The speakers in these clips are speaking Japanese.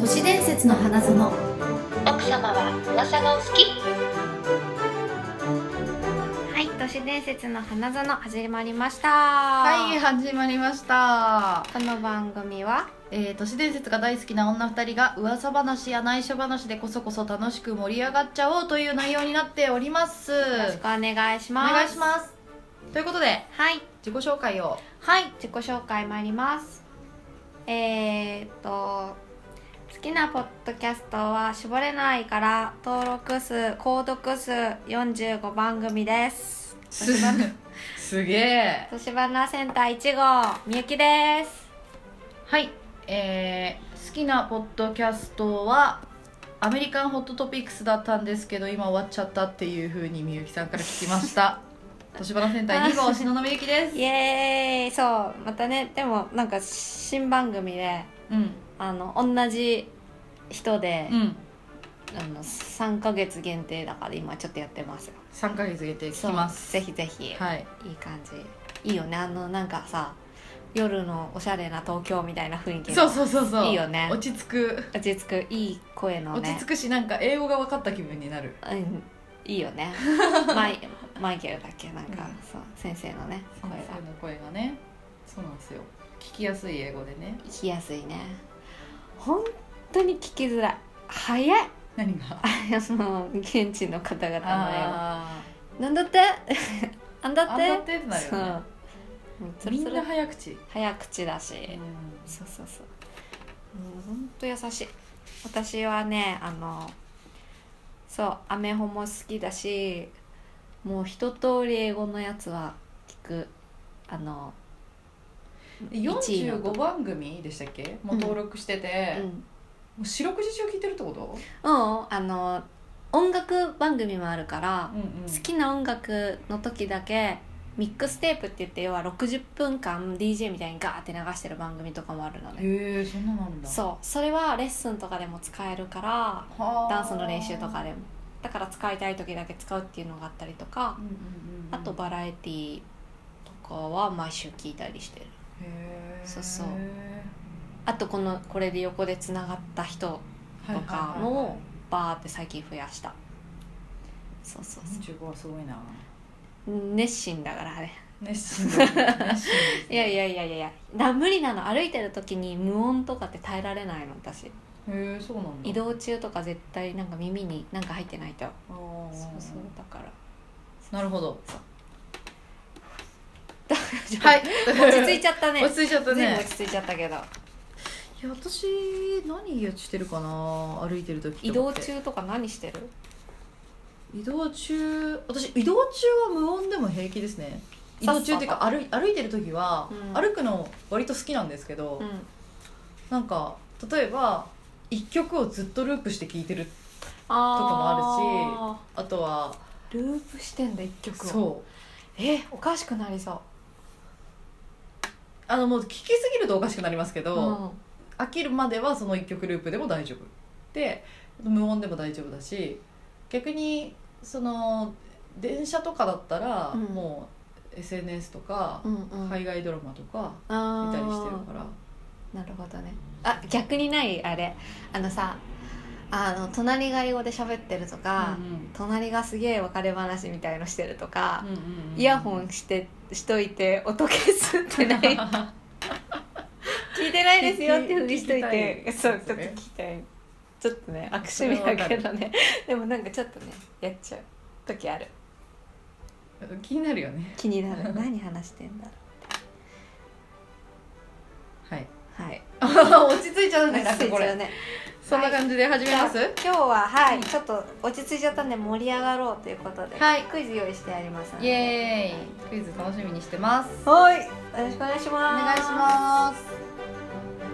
都市伝説の花園奥様は噂がお好きはい都市伝説の花園始まりましたはい、始まりました。この番組はえー、都市伝説が大好きな女二人が噂話や内緒話でこそこそ楽しく盛り上がっちゃおうという内容になっております。よろしくお願いしおます願いします。ということで、はい自己紹介を。はい自己紹介参りますえー、っと好きなポッドキャストは絞れないから登録数購読数45番 組ですす、すげえ。都市花センター1号みゆきですはい、えー、好きなポッドキャストは、アメリカンホットトピックスだったんですけど、今終わっちゃったっていうふうにみゆきさんから聞きま した。年花センター2号、篠野みゆきですイ。エーイそうまたねでもなんか新番組でうん。あの同じ人でう、ん。あの3ヶ月限定だから今ちょっとやってますよ3ヶ月限定聞きますそうぜひぜひ、はいい、い感じいいよねあのなんかさ夜のおしゃれな東京みたいな雰囲気のそうそうそうそういいよね落ち着く落ち着くいい声の落ねち着くしなんか英語が分かった気分になるうんいいよ ねマイマイケルだっけなんか、うんそう先生のね声先が生の声がねそうなんですよ聞きやすい英語でね聞きやすいね本当に聞きづらい早い何が その現地の方々のあ英語なんだって あんだーっあてだってってなるそうよねもうつるみつんるな早口早口だし、うそうそうそうもうほんと優しい私はねあのそうアメホも好きだしもう一通り英語のやつは聞くあのん一位の45番組でしたっけもう登録してて、うもん、う四六時中聞いてるってこと、うん、あの音楽番組もあるから、うんうん好きな音楽の時だけミックステープって言って要は60分間 DJ みたいにガーって流してる番組とかもあるのねへえそんななんだそうそれはレッスンとかでも使えるからはーダンスの練習とかでもだから使いたい時だけ使うっていうのがあったりとかうんうんうんうんあとバラエティーとかは毎週聞いたりしてるへーそうそうあとこのこれで横でつながった人はいとはいはかいのをバーって最近増やしたそうそう45はすごいなそう熱心だからね熱心だね熱心ですいやいへやいやいやいやな無理なの歩いてる時に無音とかって耐えられないの私えそうなんだ移動中とか絶対なんか耳になんか入ってないとあーそうそうだからなるほ どはいい落ち着いちちゃったね落ち着いちゃった随分ね落ち着いちゃったけいどや私何やしてるかな歩いてる時移と動思って中とか何してる移動中私移動中は無音でも平気ですね移動中っていうか歩い歩いてる時は、うん歩くの割と好きなんですけど、うんなんか例えば一曲をずっとループして聴いてるあとかももああとはるしループしてんだ一曲をそうえおかしくなりそあのもう聞きすぎるとおかしくなりますけうど、うん飽きるまではその1曲ループでも大丈夫で無音でも大丈夫だし逆にその電車とかだったら、うんもう SNS とかう、んうん海外ドラマとか見あたーりしてるからなるほどねあ逆にないあれあのさあの隣が英語で喋ってるとか、うん隣がすげえ別れ話みたいのしてるとかう、んうんうんイヤホンしてしといて音消すってない 聞いてないですよってふりしといて聞き聞きたいそうそうちょっとです聞ねきたいちょっとね悪趣味だけどねでもなんかちょっとねやっちゃう時ある気になるよね気に なる何話してんだろはい うはい落ち着いちゃうねなんか落ち着いこちゃれ、うねそんな感じで始めます、じゃあ今日ははい、ちょっと落ち着いちゃったんで盛り上がろうということで、はいクイズ用意してありますのでイエーイクイズ楽しみにしてますはいよろしくお願いしますおお願いします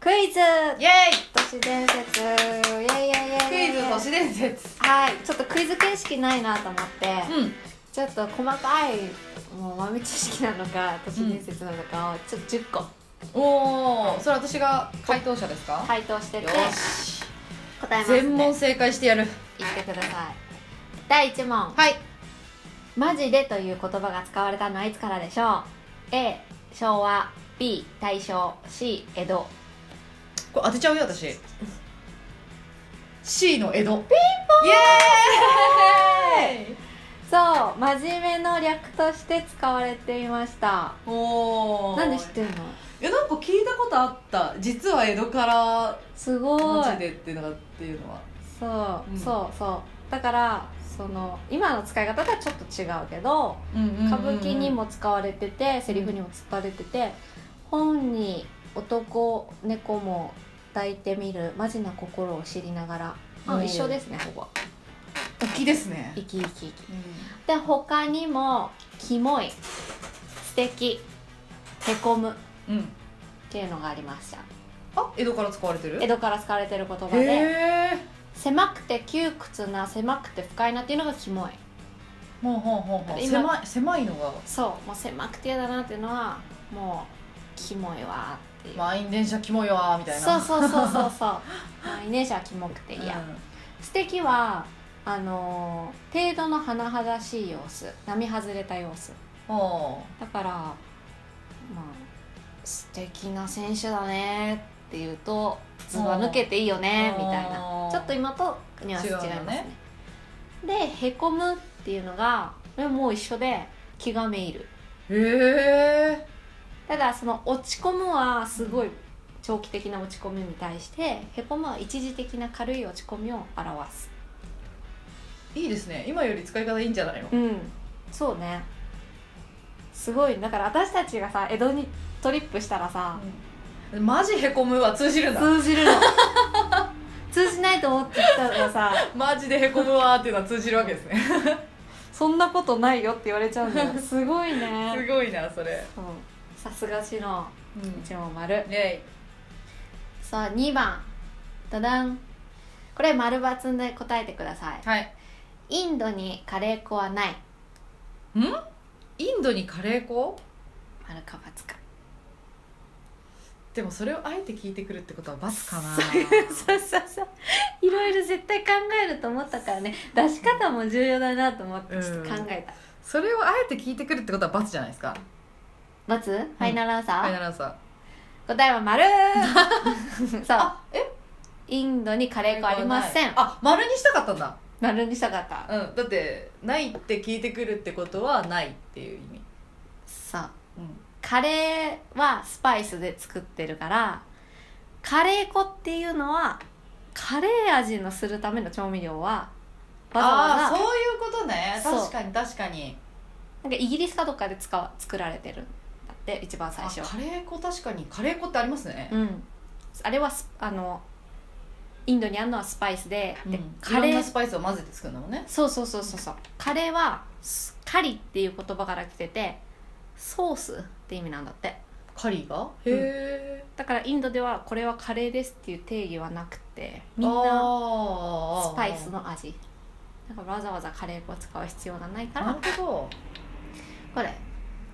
クイズイエ都市伝説イエイエイエイーイクイズ都市伝説はいちょっとクイズ形式ないなと思って、うんちょっと細かいもう豆知識なのか都市伝説なのかをちょっと10個おおそれ私が回答者ですか、回答しててよし答えますね全問正解してやる言ってください第1問はいマジでという言葉が使われたのはいつからでしょう A 昭和 B 大正 C 江戸これ当てちゃうよ私 C の江戸ピンポンイエーイそう真面目の略として使われていましたおーなんで知ってるのいやなんか聞いたことあった実は江戸からすごいマジでっていうのがっていうのはそう、うんそうそうだからその今の使い方とはちょっと違うけど歌歌舞伎にも使われててセリフにも使われてて本に男猫も抱いてみるマジな心を知りながらあうん一緒ですねほぼ大きいですね生き生き生きで他にも「キモい」「素敵へこむ」っうん、うんていうのがありましたあ江戸から使われてる江戸から使われてる言葉へでえ狭くて窮屈な狭くて不快なっていうのがキモいほうほうほうほう今狭い狭いのがそうもう狭くて嫌だなっていうのはもうキモいわーっていう、満員電車キモいわーみたいなそうそうそうそう そうまあイネージャーキモくてうん嫌、素敵はあのー程度の甚だしい様子並外れた様子ほだからまあ素敵な選手だねっていうとずば抜けていいようねみたいななちょっと今とニュアンス違います違うのねねでへこむっていうのがこれもう一緒で気がめいるへえただその落ち込むはすごい長期的な落ち込みに対してへこむは一時的な軽い落ち込みを表すいいですね今より使い方いいんじゃないのうんそうねすごいだから私たちがさ江戸にトリップしたらさマジへこむは通じるんだ通じる の通じないと思ってきたらさマジでへこむわーっていうのは通じるわけです ねそんなことないよって言われちゃうんだよ すごいねすごいなそれそうさすがしのうん一応丸イェイさあ2番ダダンこれ丸×で答えてくださいはいインドにカレー粉はないインドにカレー粉丸か×かでもそれをあえて聞いてくるってことはバスか なそうそうそういろいろ絶対考えると思ったからね出し方も重要だなと思ってちょっと考えた、それをあえて聞いてくるってことはバスじゃないですかバツファイナルアンサファイー、ナルアンサー答えは 丸そうあえインドにカレー粉ありませんあ丸にしたかったんだ丸にしたかったうんだってないって聞いてくるってことはないっていう意味そううんカレーはスパイスで作ってるからカレー粉っていうのはカレー味のするための調味料はわざああわーそざういうことねそう確かに確かになんかイギリスかどっかで使わ作られてるんだって一番最初あカレー粉確かにカレー粉ってありますねうん、あれはスあのインドにあるのはスパイスで,で、うんカいレろんなースパイスを混ぜて作るのもねそうそうそうそうそうカレーはスカリっていう言葉から来ててソースって意味なんだってカリーがへえだからインドではこれはカレーですっていう定義はなくてみみんななスパイスの味だからわざわざカレー粉を使う必要がないかならるほどこれ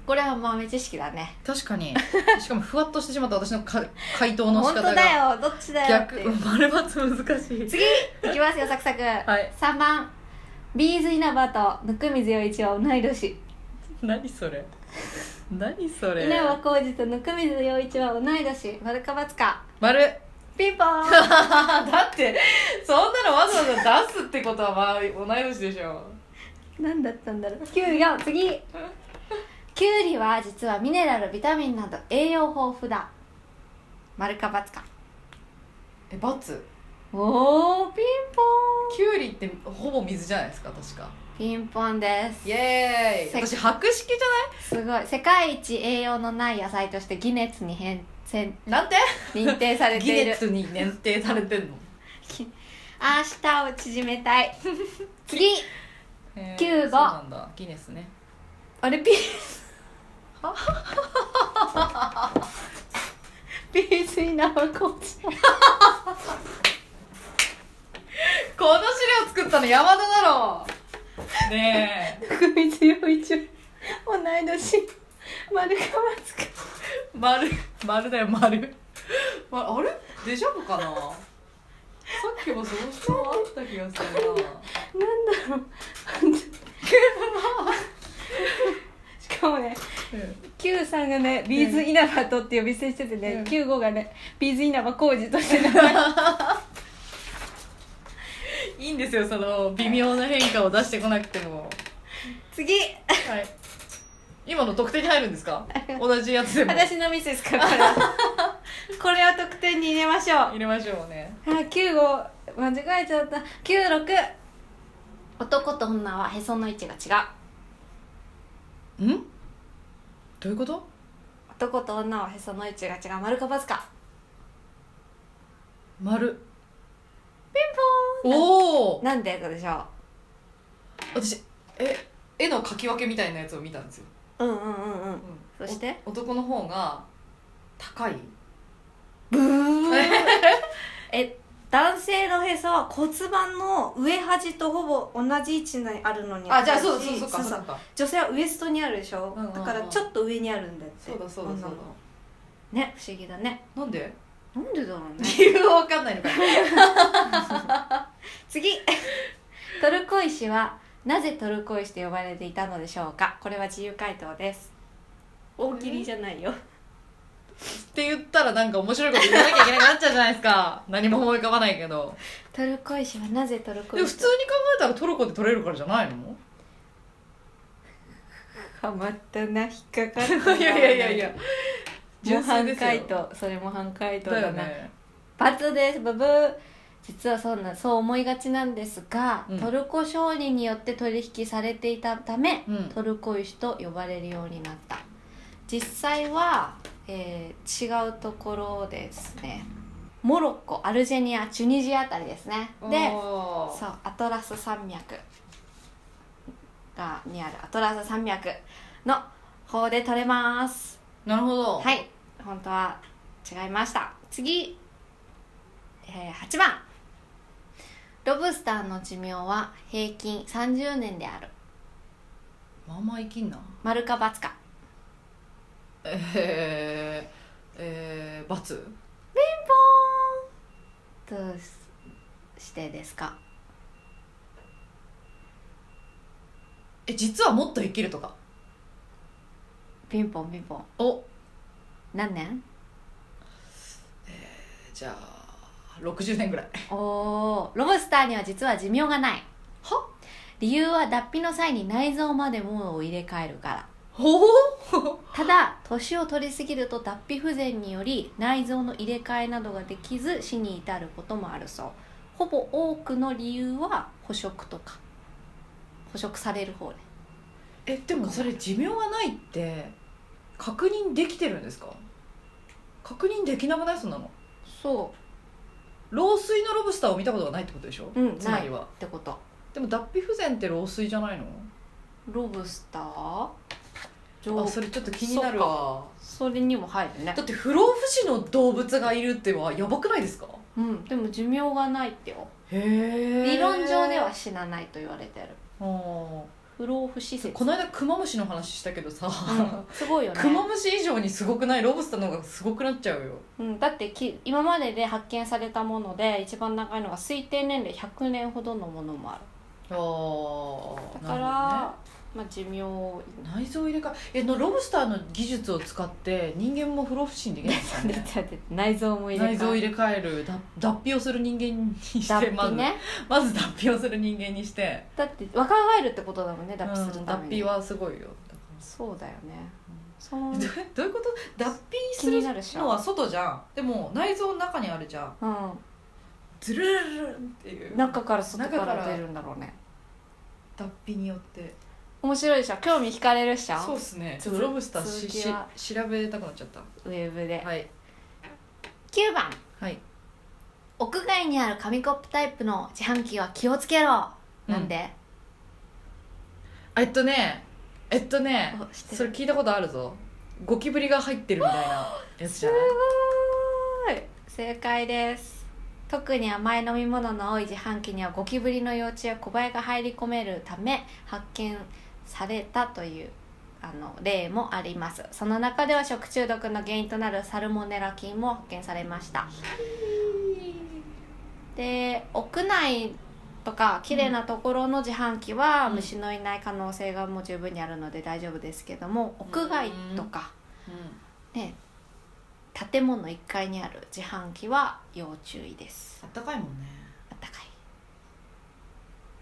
これは豆知識だね確か にしかもふわっとしてしまった私のか回答の仕本方当がだよどっちだよって逆いう丸抜難しい次いきますよサクサクはい3番ビーズ稲葉と温水洋一は同い年何それ何それ稲葉浩二と温水洋一は同い年丸か×か丸 ピンポーン だってそんなのわざわざ出すってことはまあ同い年でしょ何だったんだろう94次きゅうりは実はミネラルビタミンなど栄養豊富だ丸か×かえバツおおピンポーンキュウリってほぼ水じゃないですか確かピンポンですイエーせイ私白色じゃすごい世界一栄養のない野菜としてギネスに変遷ないなんて認定されギているネスに認定されてんの 明日を縮めたい 次へーキュウゴそうなんだギネスねあれピー ピース稲葉コーチこの資料作ったの山田だろねえ福光陽一同い年丸か松か丸丸だよ丸、ま、あれデジャブかなさっきもその質問あった気がするな なんだろうししかもねうん、 Q さんがねビーズ稲葉とって呼び捨てしててうんね、九五 Q5 がねビーズ稲葉浩二としてね いいんですよその微妙な変化を出してこなくても次はい今の得点に入るんです か同じやつでも私のミスですかこれ これは得点に入れましょうあ入れましょうね95間違えちゃった96男と女はへその位置が違うんどういうこと男と女はへその位置が違う丸かバツか丸ピンポーンおおなんてやつでしょ私え絵の描き分けみたいなやつを見たんですよ、ううんうんうんうんうんそしてお男の方が高いブーえ男性のへそは骨盤の上端とほぼ同じ位置にあるのにあじゃあそうそうそうかそうそそううか女性はウエストにあるでしょ、うんうんうんだからちょっと上にあるんだってそうだそうだそう女のだ子ね不思議だねなんでなんでだろうね理由は分かんないのかい次 トルコ石はなぜトルコ石と呼ばれていたのでしょうかこれは自由回答です大喜利じゃないよって言ったらなんか面白いこと言わなきゃいけなくなっちゃうじゃないですか何も思い浮かばないけどトルコ石はなぜトルコでも普石通に考えたらトルコで取れるからじゃないのハマったな引っかか るいやいやいやいや模範純回粋ですよ答それ模範回答だよだなねバツですブブー実はそんなそう思いがちなんですが、うんトルコ商人によって取引されていたため、うんトルコ石と呼ばれるようになった実際は、えー違うところですねモロッコアルジェニアチュニジアあたりですねでおーそうアトラス山脈がにあるアトラス山脈の方で取れますなるほどはい本当は違いました次、えー8番ロブスターの寿命は平均30年であるまあまあ生きんな丸か×かえー、えー、罰どうししてですかえ実はもっと生きるとかピンポンピンポンお何年じゃあ60年ぐらいおーロブスターには実は寿命がないは理由は脱皮の際に内臓までもを入れ替えるからほほただ年を取りすぎると脱皮不全により内臓の入れ替えなどができず死に至ることもあるそうほぼ多くの理由は捕食とか捕食される方ね えでもそれ寿命がないって確認できてるんですか確認できなくないそんなのそ老衰のロブスターを見たことがないってことでしょ、うんつまりはうってことでも脱皮不全って老衰じゃないのロブスターあそれれちょっと気になるわそれにも入るねだって不老不死の動物がいるってはやばくないですかうんでも寿命がないってよへえ理論上では死なないと言われてるこ不老不死説の間クマムシの話したけどさ、うんすごいよねクマムシ以上にすごくないロブスターの方がすごくなっちゃうようん、だってき今までで発見されたもので一番長いのが推定年齢100年ほどのものもああるだから、まあ、寿命を内臓入れ替ええのロブスターの技術を使って人間も不老不死にできないんですか 出ねてて内臓も入れ替え内臓を入れ替える脱脱皮をする人間にしてま脱ず,、皮ねまず脱 皮をする人間にしてだって若返るってことだもんね脱皮すうるんため脱に、皮はすごいよだかそうだよね、うんそのら どどういうこと脱皮気すにるなるっしのょは外じゃんでも内臓の中にあるじゃんう、ズルルルルンっていうん中から外か中からら出るんだろうね脱皮によって面白いでしょ興味惹かれるっしょそうっすねちょっとロブスターし続きはし調べたくなっちゃっウェブで、たはい9番はい屋外にある紙コップタイプの自販機は気をつけろ、なんでえっとねえっとねお知ってるそれ聞いたことあるぞゴキブリが入ってるみたいなやつじすゃないごーい正解です特に甘い飲み物の多い自販機にはゴキブリの幼虫や小バエが入り込めるため発見されたというあの例もありますその中では食中毒の原因となるサルモネラ菌も発見されましたで屋内とか綺麗なところの自販機はうん虫のいない可能性がもう十分にあるので大丈夫ですけども屋外とか、ね、建物1階にある自販機は要注意ですあったかいもんねあったか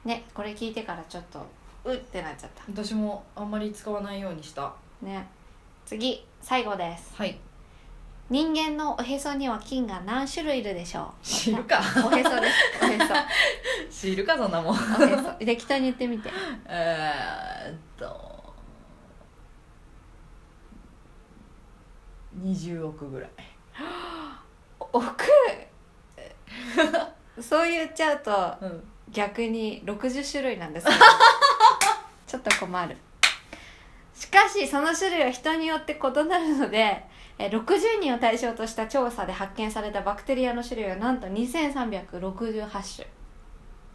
いねこれ聞いてからちょっとうってなっちゃっ私もあんまり使わないようにしたたね次最後です はい人間のおへそには菌が何種類いるでしょ知るかうおへそですおへそ知るかそんなもんおへそ適当に言ってみてえーっと20億ぐらい億そう言っちゃうとうん逆に60種類な んですけどちょっと困るしかしその種類は人によって異なるのでえー60人を対象とした調査で発見されたバクテリアの種類はなんと2368種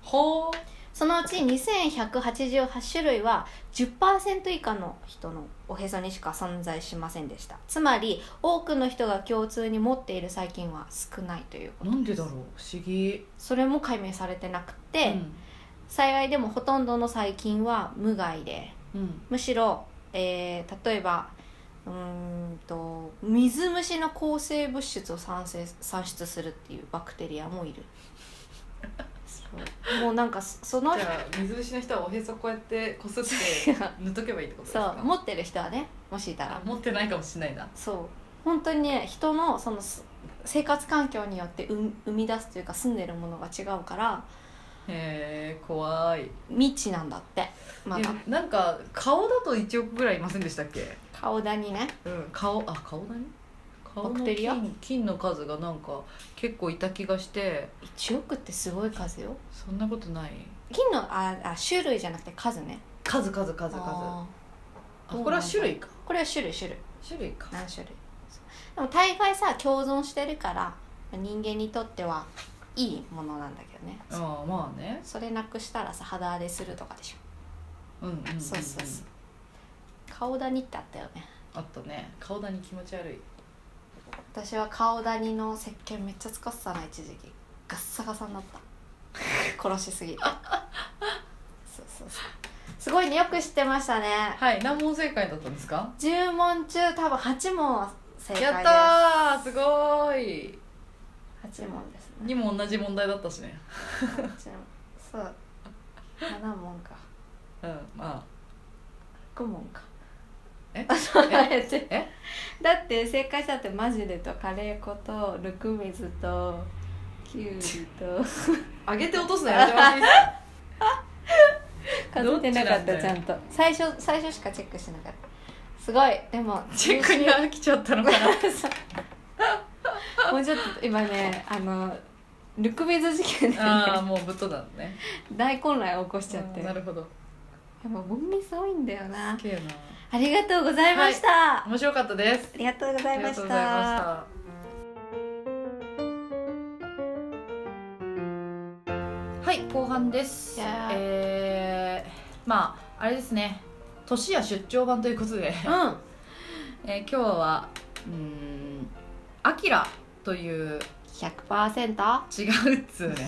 ほうそのうち2188種類は10%以下の人のおへそにしか存在しませんでしたつまり多くの人が共通に持っている細菌は少ないということなんでだろう不思議それも解明されてなくて、うん幸いでもほとんどの細菌は無害でうんむしろ、えー例えばうーんと水虫の抗生物質を産生産出するっていうバクテリアもいるそうもうなんかそそのじゃあ水虫の人はおへそこうやってこすって塗っとけばいいってことですそかう持ってる人はねもしいたあら持ってないかもしれないなそう本当にね人のそのす生活環境によってう生み出すというか住んでるものが違うからへえ怖い未知なんだってまいだやなんか顔だと1億ぐらいいませんでしたっけ顔だにねうん顔あ顔だね顔バのクテリア菌菌の数がなんか結構いた気がして1億ってすごい数よそんなことない金のああ種類じゃなくて数ね数数数数ああこれは種類かーこれは種類種類種類か何種類そうでも大概さ共存してるから人間にとってはいいものなんだけどねああまあねそれなくしたらさ肌荒れするとかでしょうんうんんんそうそうそう顔ダニってあったよねあったね顔だに気持ち悪い私は顔ダニの石鹸めっちゃ使ってたな一時期ガッサガサになった殺しすぎてそうそうそうすごいねよく知ってましたねはい難問正解だったんですか10問中多分8問は正解ですやったーすごーい8問ですねにも同じ問題だったしね8問そう7問かうんま5問か ええて え だって正解したってマジでとカレー粉とルクミズとキュウリ とあ上げて落とすのやめてもらっていい ですか数えてなかどったっちちゃなんだよんと最初最初しかチェックしてなかったすごいでもチェックに飽きちゃったのかな もうちょっと今ねあのルクミズ事件でああねもうぶっ飛んだのね 大混乱を起こしちゃっうてんなやっるほどぱボンミス多いんだよなすげえなありがとうございました、面白かったですありがとうござあいりまがしとうたございましたはい後半ですいやーえー、まああれですね年や出張版ということで、 うんえー、今日はうーん「アキラ」という100%違うっつ うね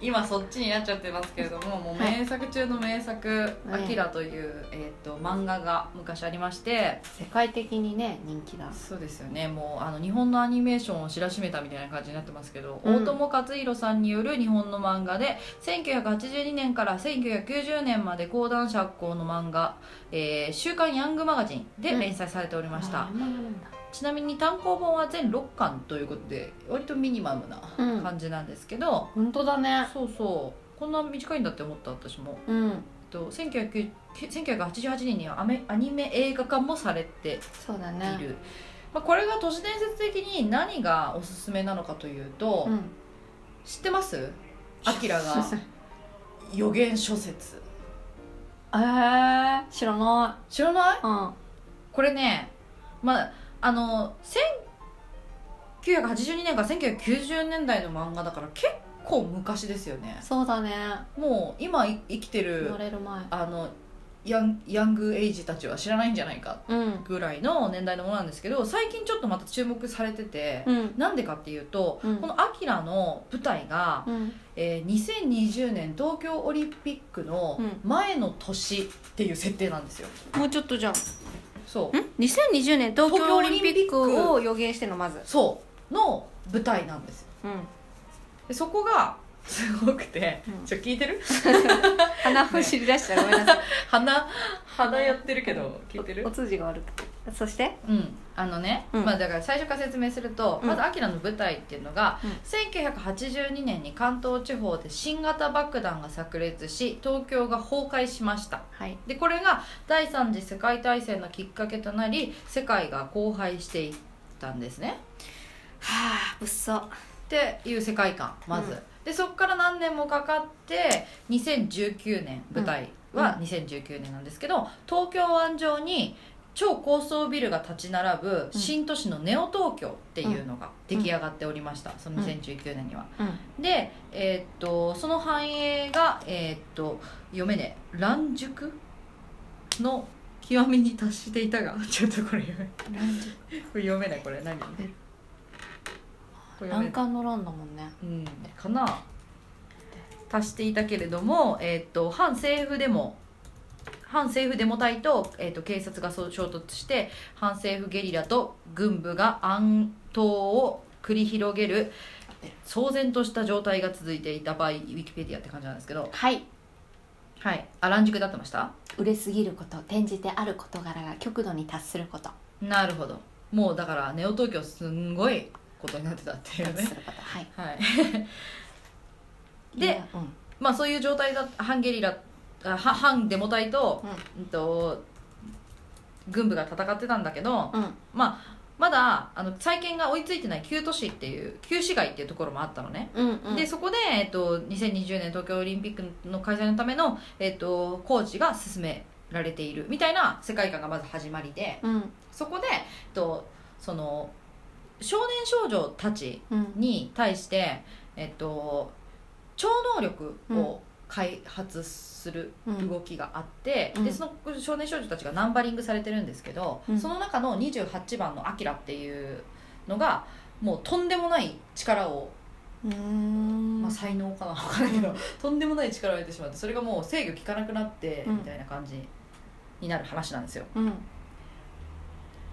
今そっちになっちゃってますけれどももう名作中の名作「はいアキラ」という、えー、と漫画が昔ありまして世界的にね人気だそうですよねもうあの日本のアニメーションを知らしめたみたいな感じになってますけど、うん大友克洋さんによる日本の漫画で1982年から1990年まで講談社発行の漫画「えー週刊ヤングマガジン」で連載されておりました、あ山なんだちなみに単行本は全6巻ということで割とミニマムなうん感じなんですけど、本当だねそうそうこんな短いんだって思った私も、うんえっと、1990 1988年にはアメアニメ映画化もされてそうだいねる、まあ、これが都市伝説的に何がおすすめなのかというと、うん知ってますアキラが予言諸説 えー、知らな知らないいうんこれねまああの1982年から1990年代の漫画だから結構昔ですよねそうだねもう今い生きてる生まれる前あのヤンヤングエイジたちは知らないんじゃないかうんぐらいの年代のものなんですけど最近ちょっとまた注目されてて、うんなんでかっていうと、うんこの「アキラの舞台が、うんえー2020年東京オリンピックの前の年っていう設定なんですよ。もうちょっとじゃんそうん2020年東京オリ東京オリンンピッピッククを予言してのまずそうの舞台なんですようんでそこがすごくて、うんちょ聞いてる 鼻を知り出したらごめんなさい 鼻鼻やってるけど聞いてるお通じが悪くてそしてうんあのね、うんまあだから最初から説明すると、うんまずアキラの舞台っていうのが、うん1982年に関東地方で新型爆弾が炸裂し東京が崩壊しましたはいでこれが第三次世界大戦のきっかけとなり世界が荒廃していったんですねはあ物騒っていう世界観まず、うんでそこから何年もかかって2019年舞台はう2019年なんですけど、東京湾上に超高層ビルが立ち並ぶ新都市のネオ東京っていうのが出来上がっておりました、その2019年には、うんで、えーっとその繁栄が、えーっと読めねえ乱熟の極みに達していたが ちょっとこれ読めこれ読めないこれ何これ読めない欄干の欄だもんねうん、かな達していたけれども、えー、と反政府デモ反政府デモ隊と,、えー、と警察がそう衝突して反政府ゲリラと軍部が暗闘を繰り広げる騒然とした状態が続いていた場合ウィキペディアって感じなんですけどはいはいあ乱熟だってました売れすぎること転じてある事柄が極度に達することなるほどもうだからネオ東京すんごいことになってたっていうね達することはいはいでで、まあそういう状態だった反ゲリラあは反デモ隊と,、うん、と軍部が戦ってたんだけど、うんうんまあまだあの再建が追いついてない旧都市っていう旧市街っていうところもあったのね、うんうんでそこで、えっと、2020年東京オリンピックの開催のための、えっと、工事が進められているみたいな世界観がまず始まりでうんそこで、えっと、その少年少女たちうんに対して、えっと、超能力を開発するうん動きがあって、うんでその少年少女たちがナンバリングされてるんですけど、うんその中の28番の「アキラっていうのがもうとんでもない力を、うーんまあ、才能かな分からないけど、とんでもない力を得てしまってそれがもう制御効かなくなって、うんみたいな感じになる話なんですよ。うん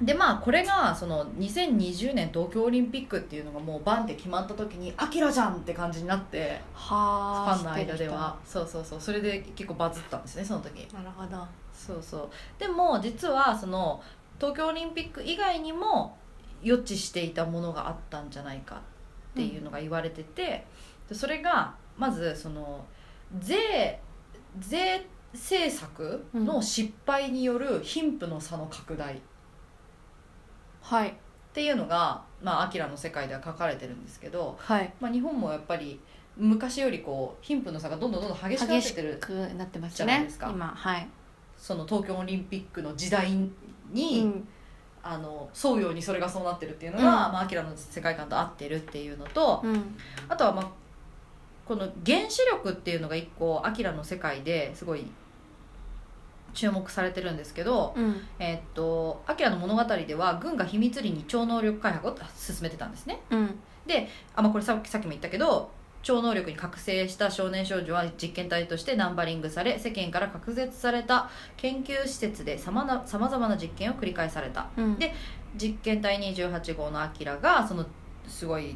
でまあこれがその2020年東京オリンピックっていうのがもうバンって決まった時に「アキラじゃん!」って感じになって。フはあァンの間ではそうそうそうそれで結構バズったんですねその時なるほどそうそうでも実はその東京オリンピック以外にも予知していたものがあったんじゃないかっていうのが言われてて、でそれがまずその税税政策の失敗による貧富の差の拡大っはいていうのが「まあ、アキラの世界では書かれてるんですけど、はいまあ、日本もやっぱり昔よりこう貧富の差がどんどんどんどん激しくなっ激てっしてるくなってますじゃないねですか今はいその東京オリンピックの時代に、うんあの沿うようにそれがそうなってるっていうのが、うんまあ、アキラの世界観と合ってるっていうのと、うんあとは、まあ、この原子力っていうのが一個アキラの世界ですごい注目されてるんですけど、うんえーっとアキラの物語では軍が秘密裏に超能力開発を進めてたんですね。うんあまあ、これさっきさっきも言ったけど超能力に覚醒した少年少女は実験体としてナンバリングされ世間から隔絶された研究施設でさまなさまざまな実験を繰り返されたうんで実験体28号のアキラがそのすごい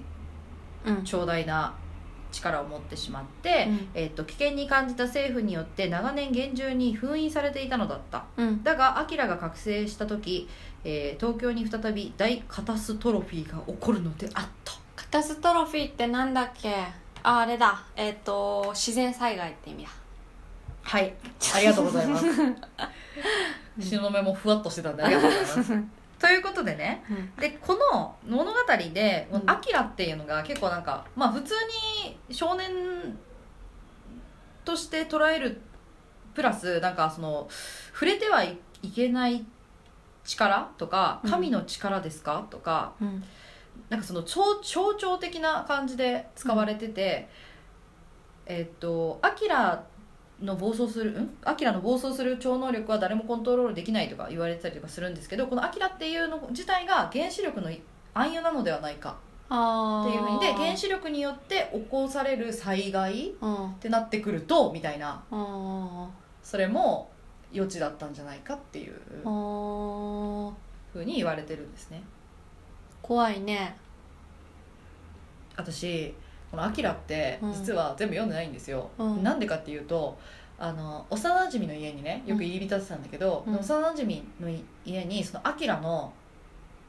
うん長大な力を持ってしまって、うんえっと危険に感じた政府によって長年厳重に封印されていたのだったうんだがアキラが覚醒した時、えー東京に再び大カタストロフィーが起こるのであったカタストロフィーってなんだっけああれだえっ、と自然災害って意味だはい、ありがとうござい ます。東雲もふわっとしてたんでありがとうございます。ということでね、うんでこの物語でうん「アキラっていうのが結構なんか、まあ、普通に少年として捉えるプラスなんかその触れてはいいけない力とかうん神の力ですか、とかうんなんかその超象徴的な感じで使われてて、えっと「アキラの暴走するんアキラの暴走する超能力は誰もコントロールできないとか言われてたりとかするんですけどこのアキラっていうの自体が原子力の暗喩なのではないかあっていうふうにで原子子力によって起こされる災害っうんてなってくるとみたいなあそれも余地だったんじゃないかっていうーあーふうに言われてるんですね怖いね私この「アキラってうん実は全部読んでないんですよ、うんなんでかっていうとあの幼なじみの家にねよく入り浸ってたんだけど、うん幼なじみの家にその「アキラの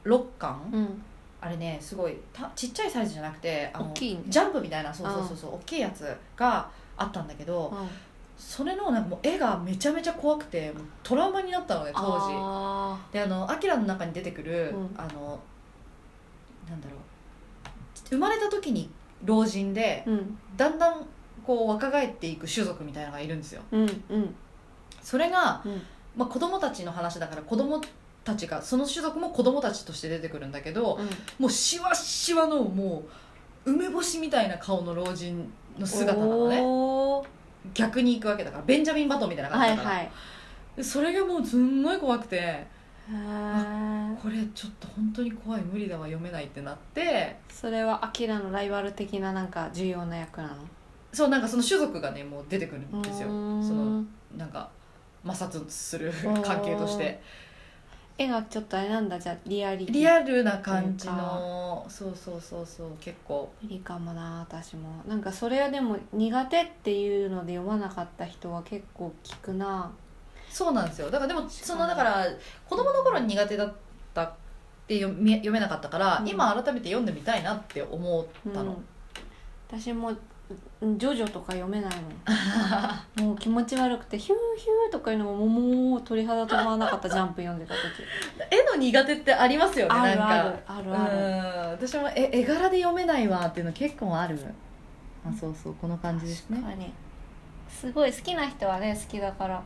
6巻、うんあれねすごいたちっちゃいサイズじゃなくてあの大きいねジャンプみたいなそうそうそうそう大きいやつがあったんだけど、うんそれのなんかもう絵がめちゃめちゃ怖くてもうトラウマになったのね当時。あであの「アキラの中に出てくる、うんあのなんだろう生まれた時に老人でーうんだんだんこう若返っていく種族みたいなのがいるんですようんうんそれが、うんまあ、子供たちの話だから子供たちがその種族も子供たちとして出てくるんだけどうんもうしわしわのもう梅干しみたいな顔の老人の姿なのねおー逆に行くわけだからベンジャミン・バトンみたいな感はじだいから、はいでそれがもうすんごい怖くてへーこれちょっと本当に怖い無理だわ読めないってなってそれはアキラのライバル的ななんか重要な役なそうなんかその種族がねもう出てくるんのですようーんそのなんか摩擦する関係として絵がちょっとあれなんだじゃあリアリティリアルな感じなんのそうそうそうそう結構無理かもな私もなんかそれはでも苦手っていうので読まなかった人は結構聞くなそうなんですよだからでもその確だかかにら子供の頃に苦手だったって読み読めなかったから、うん今改めて読んでみたいなって思ったの、うん私も「うんジョジョ」とか読めないもんもう気持ち悪くて「ヒューヒュー」とかいうのももう鳥肌止まらな かったジャンプ読んでた時絵の苦手ってありますよねあなんるかあるあるあるうん私もえ絵柄で読めないわっていうの結構あるあそうそうこの感じですね確かにすごい好きな人はね好きだから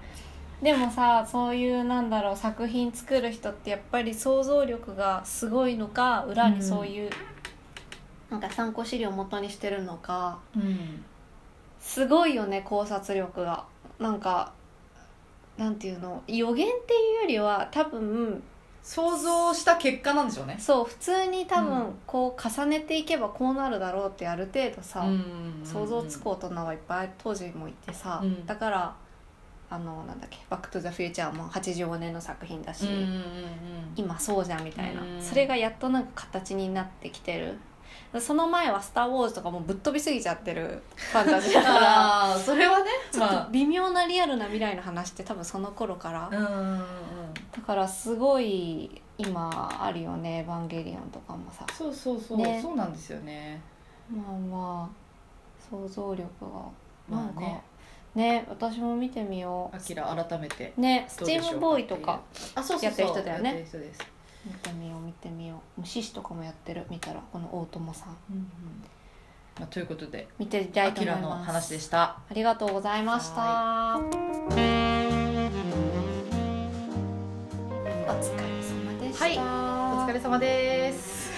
でもさそういうなんだろう作品作る人ってやっぱり想像力がすごいのか裏にそういう、なんか参考資料を元にしてるのかうんすごいよね考察力がなんかなんていうの予言っていうよりは多分想像した結果なんでしょうねそう普通に多う分んこう重ねていけばこうなるだろうってある程度さ、想像つく大人はいっぱい当時もいてさ、うんだからあのなんだっけ「バック・トゥ・ザ・フューチャー」も85年の作品だし、うんうんうん今そうじゃんみたいな、うんそれがやっとなんか形になってきてるその前は「スター・ウォーズ」とかもぶっ飛びすぎちゃっ てるファンタジーだから。ああそれは ねちょっと微妙なリアルな未来の話って多分その頃かまら、あうんうんうんだからすごい今あるよね「エヴァンゲリオン」とかもさそうそうそう、ねそうなんですよねまあまあ想像力がなまんあか、ねね私も見てみよアキラ改めてうねスどうチでしょうかームボーイとかあそうそうそうやってる人だよねやってる人です、見てみよう見てみよう獅子とかもやってる見たらこの大友さんまあ、ということで見てみたアいとキ思いラますの話でしたありがとうございましたお疲れ様でした、はいお疲れ様 です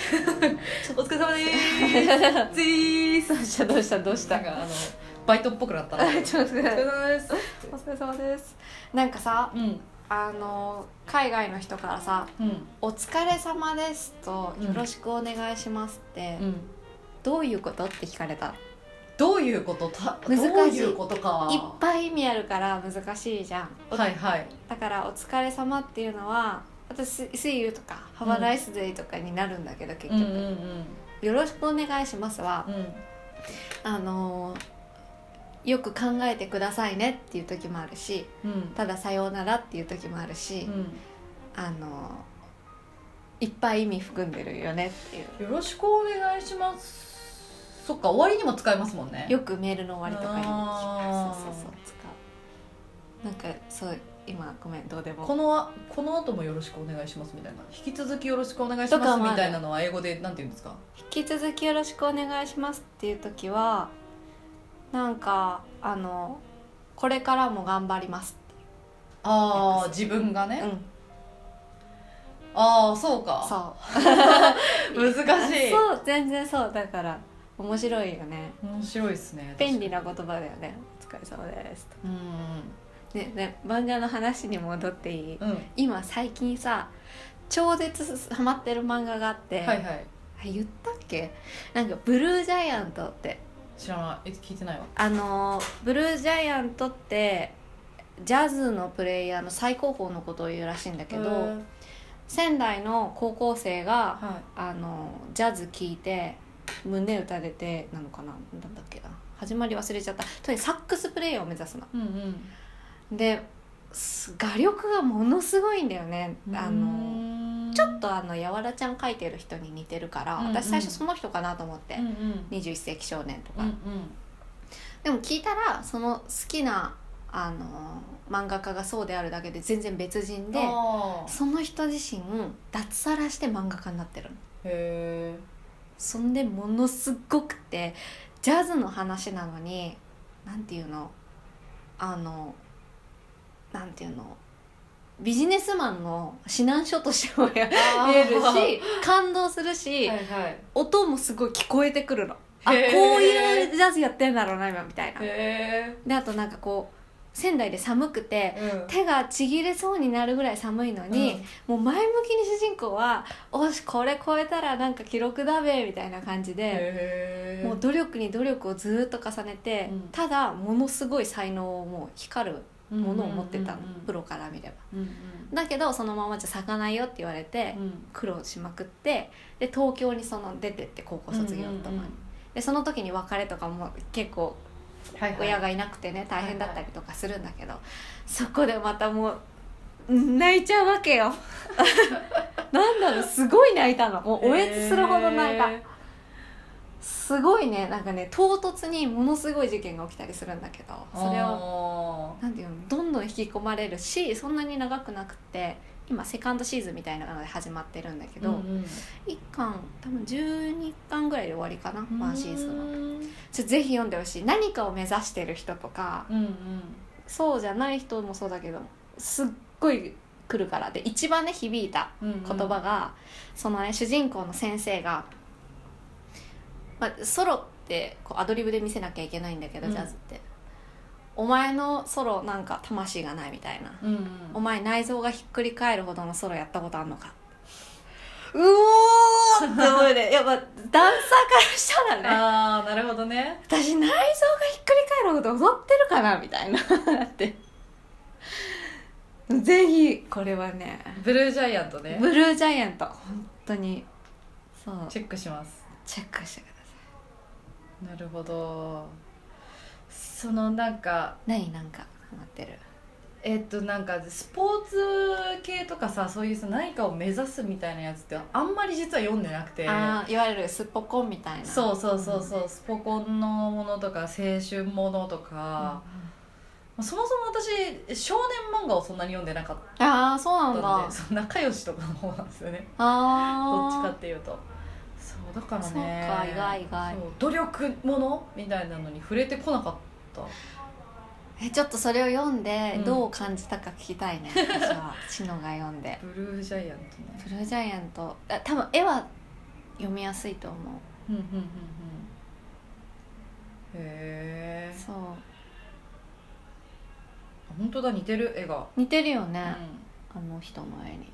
お疲れ様です どうしたどうしたどうしなたんかあのバイトっぽくなったな ちょっと待って様ですお疲れ様ですなんかさうんあの海外の人からさうん「お疲れ様です」と「うんよろしくお願いします」って、うんどういうことって聞かれたどういうことた難しいどういうことかいっぱい意味あるから難しいじゃんはいはいだから「お疲れ様っていうのは私「See you」とか「Have a nice day」とかになるんだけど結うん局うんうん「よろしくお願いしますは」あのよく考えてくださいねっていう時もあるしうんただ「さようなら」っていう時もあるし、あのいっぱい意味含んでるよねっていううんよろしくお願いしますそっか終わりにも使えますもんねよくメールの終わりとかにあーそうそうそう使うなんかそう今ごめんどうでもこのこの後もよろしくお願いしますみたいな引き続きよろしくお願いしとまかすもあみるたいなのは英語でなんて言うんですか引き続きよろしくお願いしますっていう時はなんかあのこれからも頑張りますああ自分がね、うんああそうかそ難うしい そう全然そうだから面白いよね面白いですね便利な言葉だよねお疲れ様ですうんとねね漫画の話に戻っていいうんは今最近さ超絶ハマってる漫画があって、いはいあ言ったっけなんか「ブルージャイアント」って知らないえ聞いてないわあのーブルージャイアントってジャズのプレイヤーの最高峰のことを言うらしいんだけへどー仙台の高校生がはあのージャズ聴いて胸打たれてなのかななんだっけな始まり忘れちゃったとにかくサックスプレイヤーを目指すの。いうんうんです画力がものすごいんだよね。あのーのちょっとあのやわらちゃん書いてる人に似てるから、うんうん私最初その人かなと思ってうんうん「21世紀少年」とか、うんでも聞いたらその好きなあの漫画家がそうであるだけで全然別人うんであーその人自身脱サラして漫画家になってるの。へそんでものすっごくてジャズの話なのになんていうのあのなんていうのビジネスマンの指南書としても見えるえし感動するし、はいはい音もすごい聞こえてくるのあこうへーいうジャズやってんだろうな今みたいなへであとなんかこう仙台で寒くてえうん手がちぎれそうになるぐらい寒いのに、もう前向きに主人公は「おしこれ超えたらなんか記録だべ」みたいな感じで、へえもう努力に努力をずっと重ねて、うんただものすごい才能をもう光るものを持ってたの、うんうんうんプロから見ればうんうんだけどそのままじゃ咲かないよって言われて、うん苦労しまくってで東京にその出てって高校卒業とかに、うんうんでその時に別れとかも結構うんはいはい親がいなくてね大変だったりとかするんだけど、そこでまたもう泣いちゃうわけ よなんだろうすごい泣いたのもうおえつするほど泣いたへーすごいねなんかね唐突にものすごい事件が起きたりするんだけどそれををなんていうのどんどん引き込まれるしそんなに長くなくて今セカンドシーズンみたいなので始まってるんだけど、一巻多分12巻ぐらいで終わりかなワンシーズンははちょぜひ読んでほしい何かを目指してる人とかうんうんそうじゃない人もそうだけどすっごい来るからで一番ね響いたうんうん言葉が、そのね主人公の先生が、まあ、ソロってこうアドリブで見せなきゃいけないんだけど、うんジャズって「お前のソロなんか魂がない」みたいなうんうん「お前内臓がひっくり返るほどのソロやったことあんのか」うおーって思 うねやっぱダンサーからしたらねああなるほどね私内臓がひっくり返るほど踊ってるかなみたいなだってぜひこれはねブルージャイアントねブルージャイアント本当にそうチェックしますチェックしてくださなるほどそのなんかい何なんかハマってるえっとなんかスポーツ系とかさそういうさ何かを目指すみたいなやつってあんまり実は読んでなくてああいわゆるすっぽこンみたいなそうそうそうそうスポコンのものとか青春ものとか、そもそも私少年漫画をそんなに読んでなかっああそうたなんでんだそう仲良しとかの方なんですよねどっちかあっていうとそうだからねそうか意外意外そう努力ものみたいなのに触れてこなかったあちょっとそれを読んでうんどう感じたか聞きたいね、私はシノが読んでブルージャイアントねブルージャイアントあ多分絵は読みやすいと思ううんうんうんうんへえそう本当だ似てる絵が、似てるようん、ねへ、あの人の絵に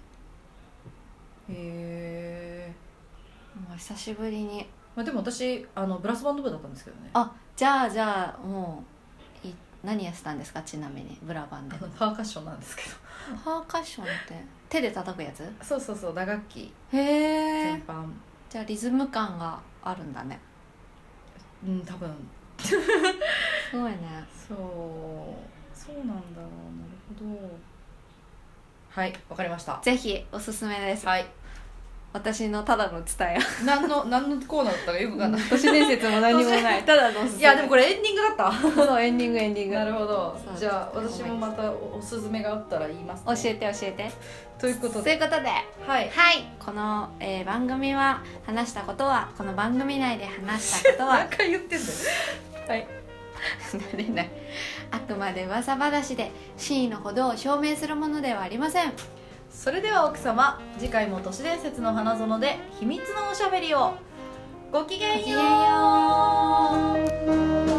えもう久しぶりにまあ、でも私あのブラスバンド部だったんですけどねあじゃあじゃあもうい何やってたんですかちなみにブラバンであのパーカッションなんですけどパーカッションって手で叩くやつそうそうそう打楽器へ全え般じゃあリズム感があるんだねうん多分すごいねそうそうなんだなるほどはいわかりましたぜひおすすめですはい私のただの伝え何の何のコーナーだったかよくわかんない 都市伝説も何も ないただのおすすめいやでもこれエンディングだった そうエンディングエンディングなるほどそうじゃあ私もまたおおすすめがあったら言います、教えて教えてということといでうことではいはい、この、えー番組は話したことはこの番組内で話したことは何回言ってんだよはい慣れないあくまで噂話で真意のほどを証明するものではありませんそれでは奥様次回も都市伝説の花園で秘密のおしゃべりをごきげごきんげんよようう